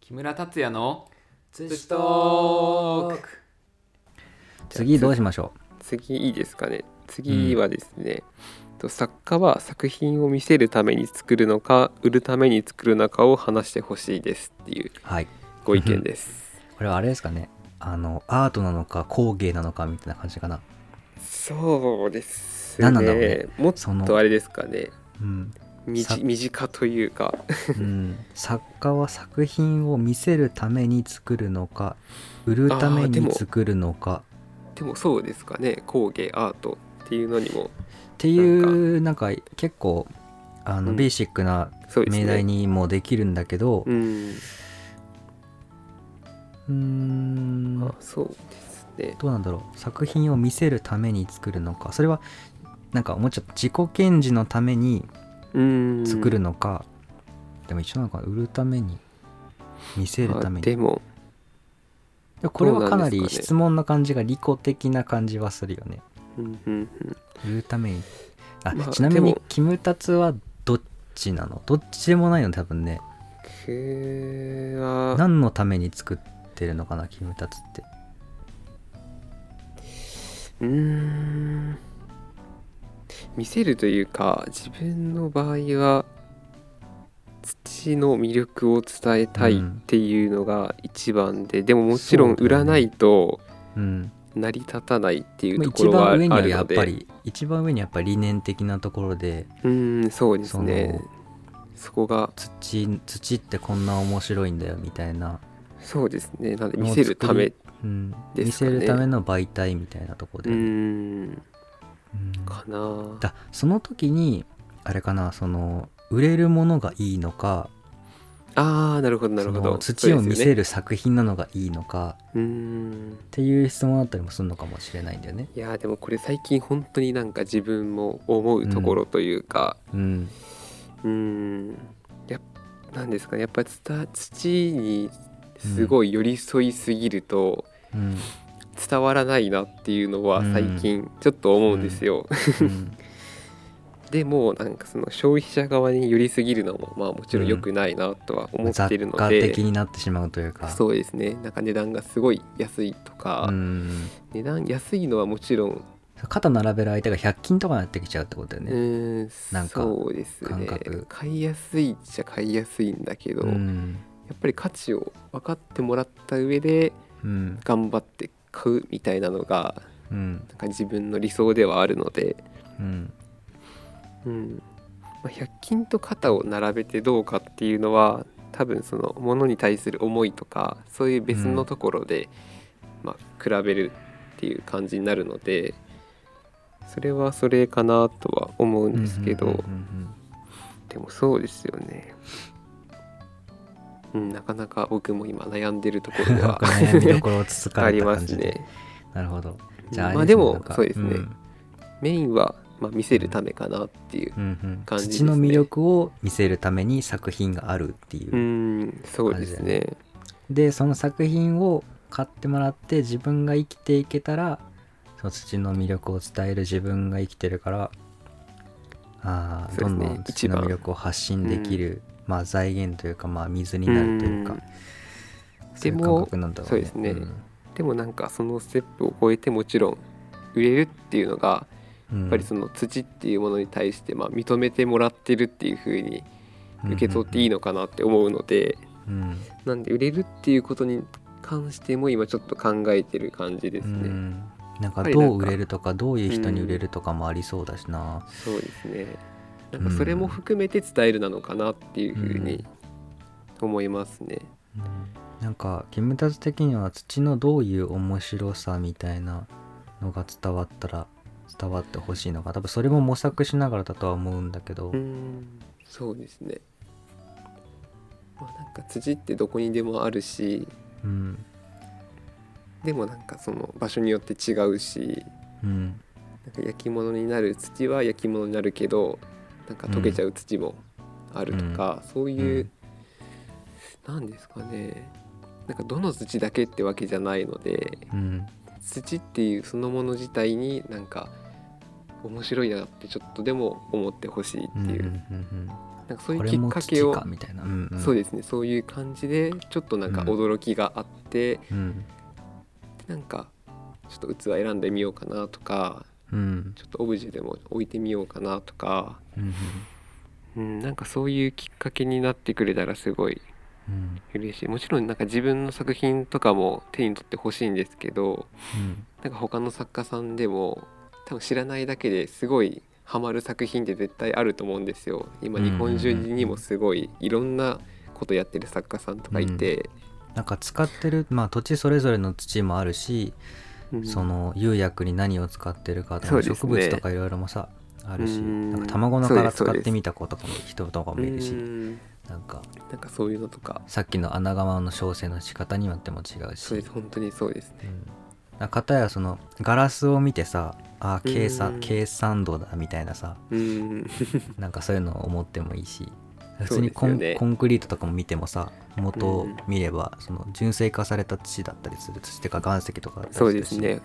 木村達也のツツチトーク次どうしましょ次いいですかね次はですね、と作家は作品を見せるために作るのか売るために作るのかを話してほしいですっていううはいご意見ですこれはあれですかねあのアートなのか工芸なのかみたいな感じかなそうです何なんだろうねもっそのとあれですかねうん、みさじ身近というか うん、 作家は作品を見せるために作るのか売るたあめーでにも作るのかでもそうですかね工芸アートっていうのにもっていうなんか結構あの、うんベーシックなそうですね命題にもできるんだけどうんうーんあそうですねどうなんだろう作品を見せるために作るのかそれはなんかもうちょっと自己顕示のためにうん作るのか、でも一緒なのかな売るために見せるたあめにでもでもこれはかなどうりなんですかね質問の感じが利己的な感じはするよねうんうんうん売るためにあ、まあちなみでにもキムタツはどっちなのどっちでもないの多分ね僕は何のために作ってるのかなキムタツってうーん見せるというか自分の場合は土の魅力を伝えたいっていうのが一番で、でももちろんそう売だよらねないとうん、成り立たないっていうまあとこ一ろはある番上にはので、やっぱり一番上にやっぱり理念的なところでうーんそうですねそこが土土ってこんな面白いんだよみたいな、そうですねなんで見せるたもうめ作うんで見すかせねるための媒体みたいなとこうろで、ーんうんかなだその時にあれかなその売れるものがいいのかあーなるほどなるほそどの土を見そうせですよねる作品なのがいいのかうーんっていう質問だったりもするのかもしれないんだよね。いやーでもこれ最近本当になんか自分も思うところというか、うん、うーんやっなんですかねやっぱり伝土にすごい寄り添いすぎるとうん伝わらないなっていうのはうん最近ちょっと思うんですよ、うん でもなんかその消費者側に寄りすぎるのもまあもちろん良くないなとは思ってる雑の貨で、的になってしまうというか。そうですねなんか値段がすごい安いとか、うん値段安いのはもちろん肩並べる相手が100均とかになってきちゃうってことだようね。ーんなんかそうです感ね覚買いやすいっちゃ買いやすいんだけど、うやんっぱり価値を分かってもらった上でうん頑張って買うみたいなのがうんなんか自分の理想ではあるので、うんうんまあ、100均と肩を並べてどうかっていうのは多分そのものに対する思いとかそういう別のところで、まあ、比べるっていう感じになるのでそれはそれかなとは思うんですけど、うんうんうんでもそうですよね。うん、なかなか僕も今悩んでるとこうろでん なんはか悩みどころをつつ かあれりたま感すじで。ね。なるほど。じゃあ、まあれでですねもなんかそうですねんメインは、まあ、見せるためかなっていう。うんうん感じです土ねの魅力を見せるために作品があるっていう、うーん、そうですね。でその作品を買ってもらって自分が生きていけたらその土の魅力を伝える自分が生きてるからあーそうですどんねどん土の魅力を発信できる、まあ、財源というか、まあ、水になるというか、うんそういうでも感覚なんだろうね。そうですねんでもなんかそのステップを超えてもちろん売れるっていうのがうんやっぱりその土っていうものに対してまあ認めてもらってるっていう風に受け取っていいのかなって思うのでうんうんなんで売れるっていうことに関しても今ちょっと考えてる感じですうんうね。んなんやっかぱりなんどかう売れるとかどういう人に売れるとかもありそうだしな、そうですねなんかそれも含めて伝えるなのかなっていう風に思いますね。うんなんかキムタツ的には土のどういう面白さみたいなのが伝わったら伝わってほしいのか多分それも模索しながらだとは思うんだけど、うんそうですね、まあ、なんか土ってどこにでもあるしうんでもなんかその場所によって違うしうんなんか焼き物になる土は焼き物になるけどなんか溶けちゃう土もあるとか、そういう、なんですかねなんかどの土だけってわけじゃないのでうん土っていうそのもの自体になんか面白いなってちょっとでも思ってほしいうんっうんていうう、んうんなんかそういこうれきっもかけ土をかみたいな、うんうん、そうですねそういう感じでちょっとなんかうん驚きがあって、うんなんかちょっと器選んでみようかなとかうんちょっとオブジェでも置いてみようかなとか、うんうん、なんかそういうきっかけになってくれたらすごいうん嬉しいもちろんなんか自分の作品とかも手に取ってほしいんですけどうんなんか他の作家さんでも多分知らないだけですごいハマる作品って絶対あると思うんですよ今うんうん日うん本中にもすごいいろんなことやってる作家さんとかいて、なんか使ってる、まあ、土地それぞれの土もあるし、うんその釉薬に何を使ってるかとそうでかすね植物とかいろいろもさあるしうんなんか卵のそうで殻すそ使うっですてみた子とかも人とかもいるうしんなんかなんかそういうのとかさっきの穴窯の調整の仕方によっても違うしそうです本当にそうですねうんなんか片やそのガラスを見てさあー計うん算計算度だみたいなさうんなんかそういうのを思ってもいいし普そ通うにですコよン,、ねコンクリートとかも見てもさ元うをん見ればその純正化された土だったりする土っていうか岩石とかだったりすそるうしですね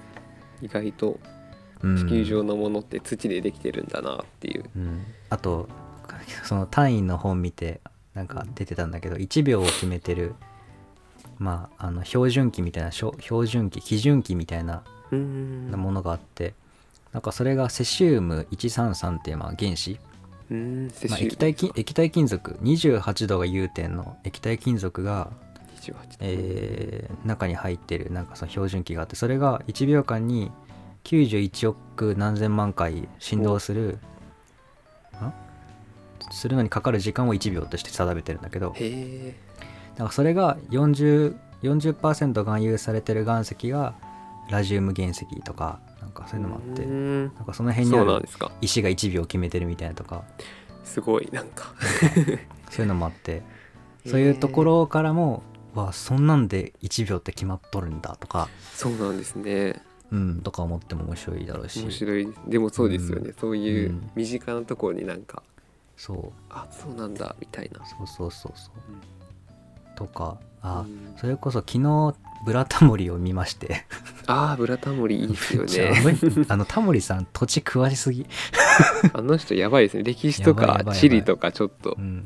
意外とうん地球上のものって土でできてるんだなっていう、うん、あとその単位の本見てなんか出てたんだけど1秒を決めてるまああの標準期みたいなしょ標準期基準期みたいなうんものがあってなんかそれがセシウム133っていうまあ原子、うん摂まあ、取液体金液体金属28度が融点の液体金属が、 28えー中に入ってるなんかその標準期があってそれが1秒間に91億何千万回振動するんするのにかかる時間を1秒として定めてるんだけどへえなんかそれが 40%, 40含有されてる岩石がラジウム原石とかなんかそういうのもあってうんなんかその辺にそあうなんるですか石が1秒決めてるみたいなとかすごいなん かそういうのもあってそういうところからも、わあそんなんで1秒って決まっとるんだとか、そうなんですねうん、とか思っても面白いだろうし面白いでもそうですよね、うそういううん身近なところになんか、そうあそうなんだみたいなそうそうそうそう、うんとかあ、うんそれこそ昨日「ブラタモリ」を見ましてあーブラタモリいいです よちょね無理あのタモリさん土地詳しすぎ、あの人やばいですね歴史とやばいかやばいやばい地理とかちょっとうん、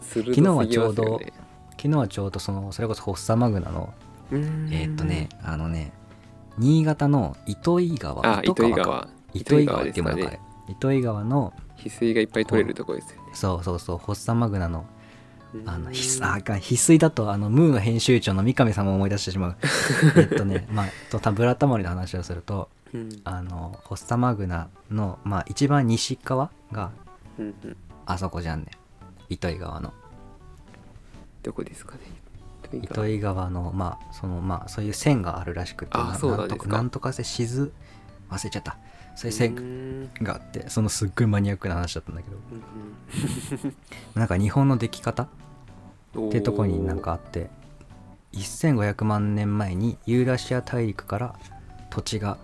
鋭す昨ぎ日まはすちょようどね昨日はちょうどそのそれこそホッサマグナのうんえーっとねあのね新潟の糸魚川あ糸魚か川糸魚糸川魚川っていうものですかかね糸魚川の翡翠がいっぱい取れるとこですよねそうそうそうホッサマグナのあのうんひあかん翡翠だとあのムーの編集長の三上さんも思い出してし まうえっとねまあとたブラタモリの話をするとうんあのホッサマグナの、まあ、一番西側がうんうんあそこじゃんね糸魚川のどこですかね糸魚糸川魚川のまあそのまあそういう線があるらしくてあなそうなんんとですかかなんとかせしず忘れちゃったそういうう線んがあってそのすっごいマニアックな話だったんだけどうんなんか日本のでき方うんってとこになんかあって1500万年前にユーラシア大陸から土地が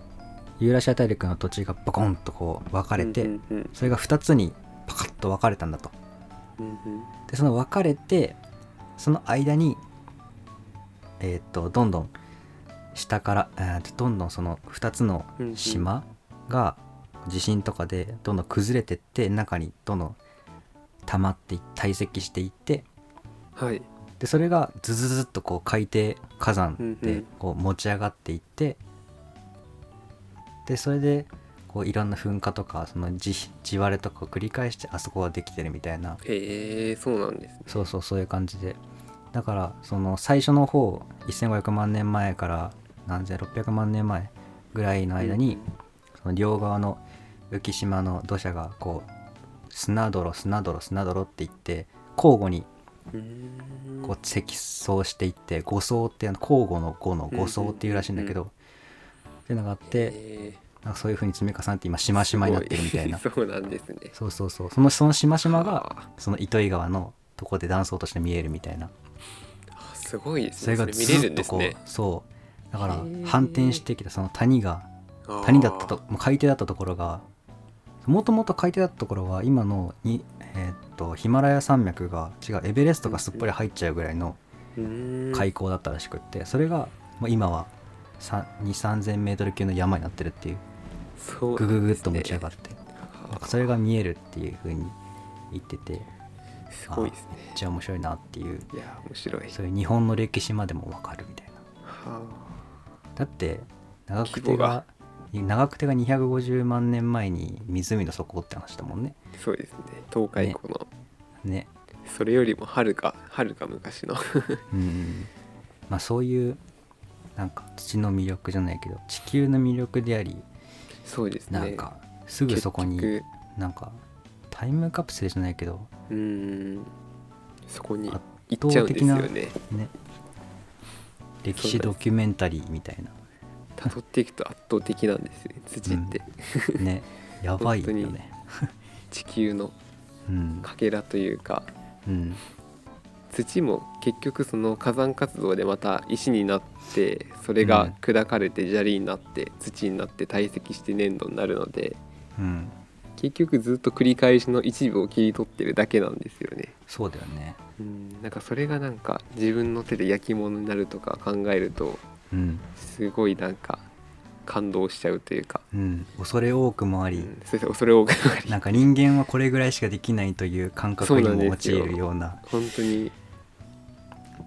ユーラシア大陸の土地がバコンとこう分かれて、うんうんそれが2つにパカッと分かれたんだとうんうんでその分かれてその間にえーっとどんどん下から、えーとどんどんその2つの島が地震とかでどんどん崩れてって中にどんどん溜まってい堆積していってはいでそれがズズズっとこう海底火山うんうでんこう持ち上がっていってでそれでこういろんな噴火とかその地地割れとかを繰り返してあそこができてるみたいなへえそうなんですねそうそうそういう感じでだからその最初の方1500万年前から何千600万年前ぐらいの間に、その両側の浮島の土砂がこう砂泥砂泥砂泥っていって交互にうんこう積層していって五層っていうの交互の5のうんうん五層っていうらしいんだけど、っていうのがあってへーなんかそういう風に積み重ねて今しましまになってるみたいなすご そうなんですねそうそうそうそのそのしましまがあその糸魚川のとこで断層として見えるみたいなーすごいですそれねそがれず見れるっんとですこうねそうだかへらー反転してきたその谷があー谷だったともう海底だったところがもともと海底だったところは今のに、えーっとヒマラヤ山脈が違うエベレストがすっぽり入っちゃうぐらいのうーん開口だったらしくってそれが、まあ、今は2 3 0 0 0メートル級の山になってるっていうそうぐぐぐっと持ち上がっってなんかそれが見えるっていう風に言っててすごいですあめねっちゃ面白いなっていういや面白いそういう日本の歴史までも分かるみたいなはだって長久規模手がが長久手が250万年前に湖の底って話だもんねあそうですね東海湖の、ねそれよりもはるかはるか昔の うんまあそういうなんか土の魅力じゃないけど地球の魅力でありそうですねなんかすぐそこに結なんかタイムカプセルじゃないけど局うーんそこに圧行っちゃうんですよ圧倒ねね歴史ドキュメンタリーみたい 辿っていくと圧倒的なんですね土って、なねやばいよ本当にね地球のうんかけらというかうん土も結局その火山活動でまた石になってそれが砕かれて砂利になって土になって堆積して粘土になるのでうん結局ずっと繰り返しの一部を切り取ってるだけなんですよね。そうだよねうんなんかそれがなんか自分の手で焼き物になるとか考えるとうんすごいなんか感動しちゃうというか、うん恐れ多くもあうり、ん、それ恐れ多くなりなんか人間はこれぐらいしかできないという感覚にも陥るような本当に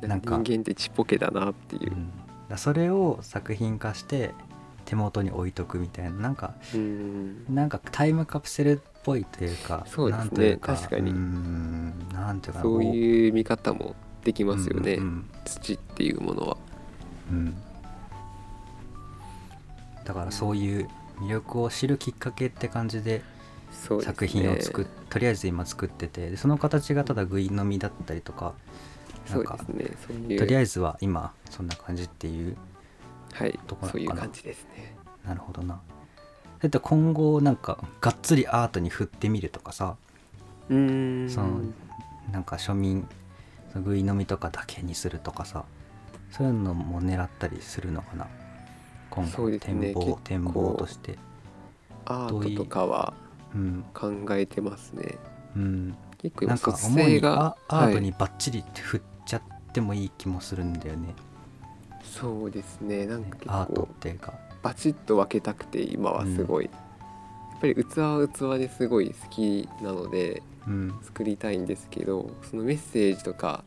なんか人間ってちっぽけだなっていうう、ん、だからそれを作品化して手元に置いとくみたいななんかうん、なんかタイムカプセルっぽいというかそうですねなんというか確かにうんなんというかなそうこいう見方もできうますよね、うんうん土っていうものは。うんうんだからそういう魅力を知るきっかけって感じでそうですね作品を作っ、とりあえず今作っててでその形がただぐいのみだったりとかそなんうでかすねそういうとりあええずは今そんな感じっていうずはいどこなのかなそういう感じですねなるほどなだって今後なんかがっつりアートに振ってみるとかさうーんそのなんか庶民その食いのみとかだけにするとかさそういうのも狙ったりするのかな今そう後です展ね望、結構展望としてアートとかはうん考えてますねうん結構な今んか卒思い生にアがアーはトいにバッチリ振っちゃってもいい気もするんだよね、そうですねなんか結アート構っていうかバチッと分けたくて今はすごい、やっぱり器は器ですごい好きなのでうん作りたいんですけどそのメッセージとか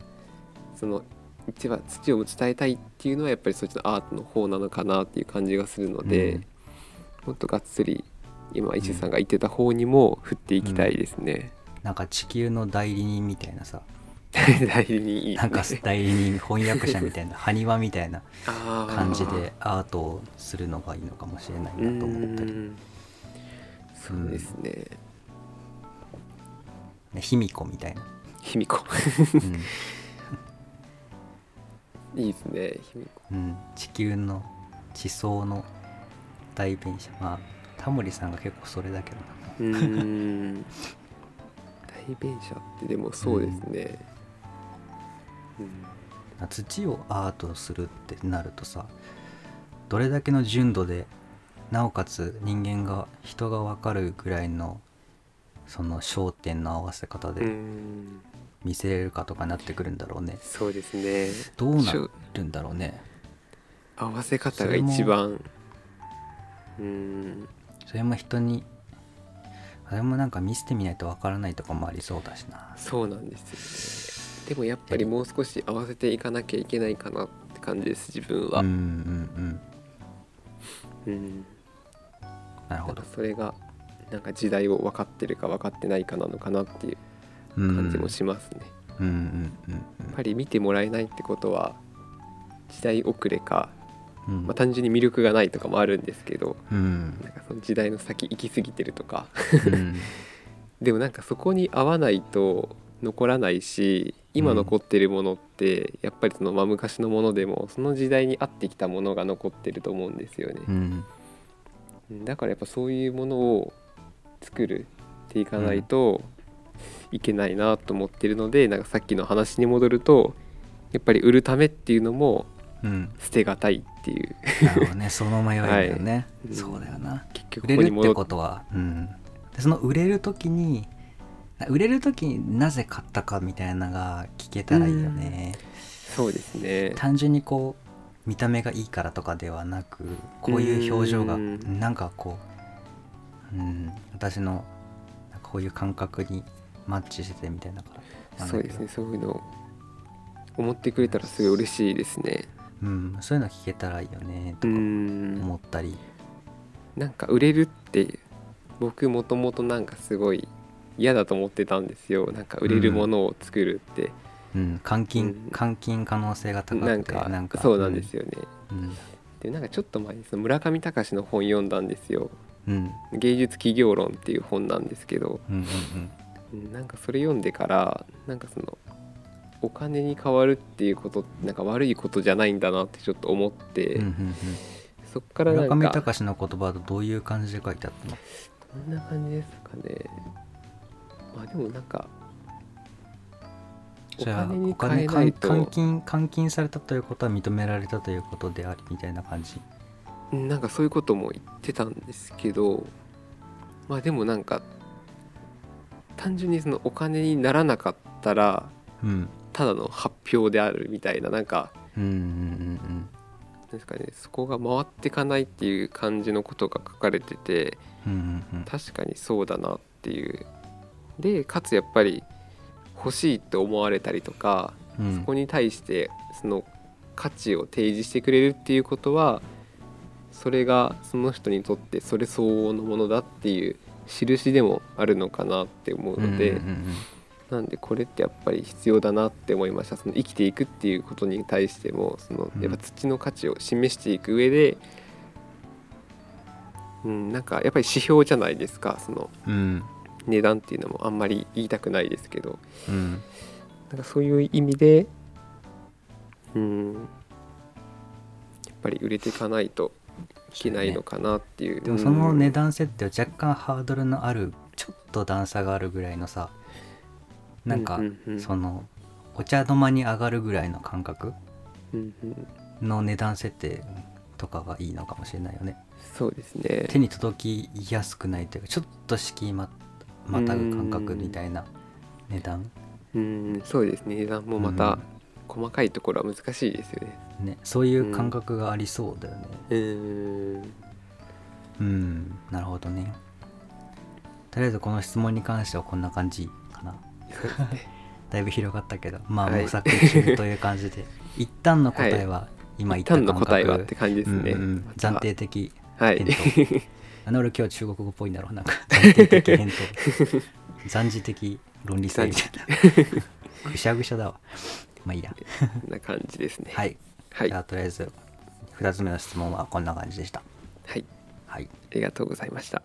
その一番土を伝えたいっていうのはやっぱりそっちのアートの方なのかなっていう感じがするので、うんもっとがっつり今石井さんが言ってた方にも振っていきたいですね。なんか地球の代理人みたいなさ代理人いいですねな んか代理人翻訳者みたいな埴輪みたいなあー感じでアートをするのがいいのかもしれないなと思ったりうーんそうですね。ね卑弥呼みたいな、卑弥呼 うんいいですね。卑弥呼うん地球の地層の代弁者まあタモリさんが結構それだけどなうーん代弁者ってでもそうですね、うんな土をアートするってなるとさどれだけの純度でなおかつ人間が人が分かるぐらいのその焦点の合わせ方うでん見せれるかとかなってくるんだろうね、そうですねどうなちょるんだろうね合わせ方が一番うんそれも人にあれもなんか見せてみないとわからないとかもありそうだしなそうなんですよねでもやっぱりもう少し合わせていかなきゃいけないかなって感じです自分は、ううんうんんうんなるなほんどかそれがなんか時代を分かってるか分かってないかなのかなっていううん感じもしますね、うんうんうんやっぱり見てもらえないってことは時代遅れかうんうんまあ、単純に魅力がないとかもあるんですけどうんなんかその時代の先行き過ぎてるとか うんでもなんかそこに合わないと残らないし今残ってるものってやっぱりそのまあ昔のものでもその時代に合ってきたものが残ってると思うんですよねう、んうんだからやっぱそういうものを作るっていかないといけないなと思ってるのでなんかさっきの話に戻るとやっぱり売るためっていうのもうん捨てがたいっていうなるほどねその迷いだよね、はいそうだよな 結局売これこるにって戻っことはうんでその売れる時にな売れる時になぜ買ったかみたいなのが聞けたらいいよね、そうですね単純にこう見た目がいいからとかではなくこういう表情がうんなんかこううん私のなんかこういう感覚にマッチしててみたいなからなんそだうけでどすねそういうのを思ってくれたらすごい嬉しいですねうん、そういうの聞けたらいいよねうとかん思ったり、なんか売れるって僕もともとなんかすごい嫌だと思ってたんですよなんか売れるものを作るって、うん、監う禁、ん監禁可能性が高くてなんかそうなんですよ、よね、うんでなんかちょっと前にその村上隆の本読んだんですようん「芸術企業論」っていう本なんですけどうんうんなんかそれ読んでからなんかそのお金に変わるっていうことってなんか悪いことじゃないんだなってちょっと思って、うんうんうんうんそっからうんな村んか上隆の言葉とどういう感じで書いてあったのどんな感じですかねまあでもなんかおじゃあ金おに変金えない監と禁監禁されたということは認められたということでありみたいな感じうんなんかそういうことも言ってたんですけどまあでもなんか単純にそのお金にならなかったらうんただの発表であるみたいななんかうんうんなんですかねそこが回ってかないっていう感じのことが書かれててうんうんうんうん確かにそうだなっていうでかつやっぱり欲しいって思われたりとかうんうんそこに対してその価値を提示してくれるっていうことはそれがその人にとってそれ相応のものだっていう印でもあるのかなって思うので、うんうんうんなんでこれってやっぱり必要だなって思いましたその生きていくっていうことに対してもそのうんやっぱ土の価値を示していく上で、うん、なんかやっぱり指標じゃないですかそのうん値段っていうのもあんまり言いたくないですけどうんなんかそういう意味でうんやっぱり売れていかないといけないのかなっていう。でもその値うん段設定は若干ハードルのあるちょっと段差があるぐらいのさなんかうんうんうんそのお茶の間に上がるぐらいの感覚うんうんの値段設定とかがいいのかもしれないよねそうですね手に届きやすくないというかちょっと敷居ままたぐ感覚みたいな値段うんそうですね値段もまうたん細かいところは難しいですよね。ねそういう感覚がありそうだよねうんうんなるほどねとりあえずこの質問に関してはこんな感じか なだいぶ広がったけどまあはい模索中という感じで、一旦の答えは今言った単感の覚、答えはって感じですね。うんうんまた暫定的はい 返。答あの俺今日中国語っぽいんだろうなんか暫定的返答 暫時的論理性みたいなぐしゃぐしゃだわまあいいやこんな感じですね。ははい。い、はいじゃあとりあえず2つ目の質問はこんな感じでしたはい、はいありがとうございました。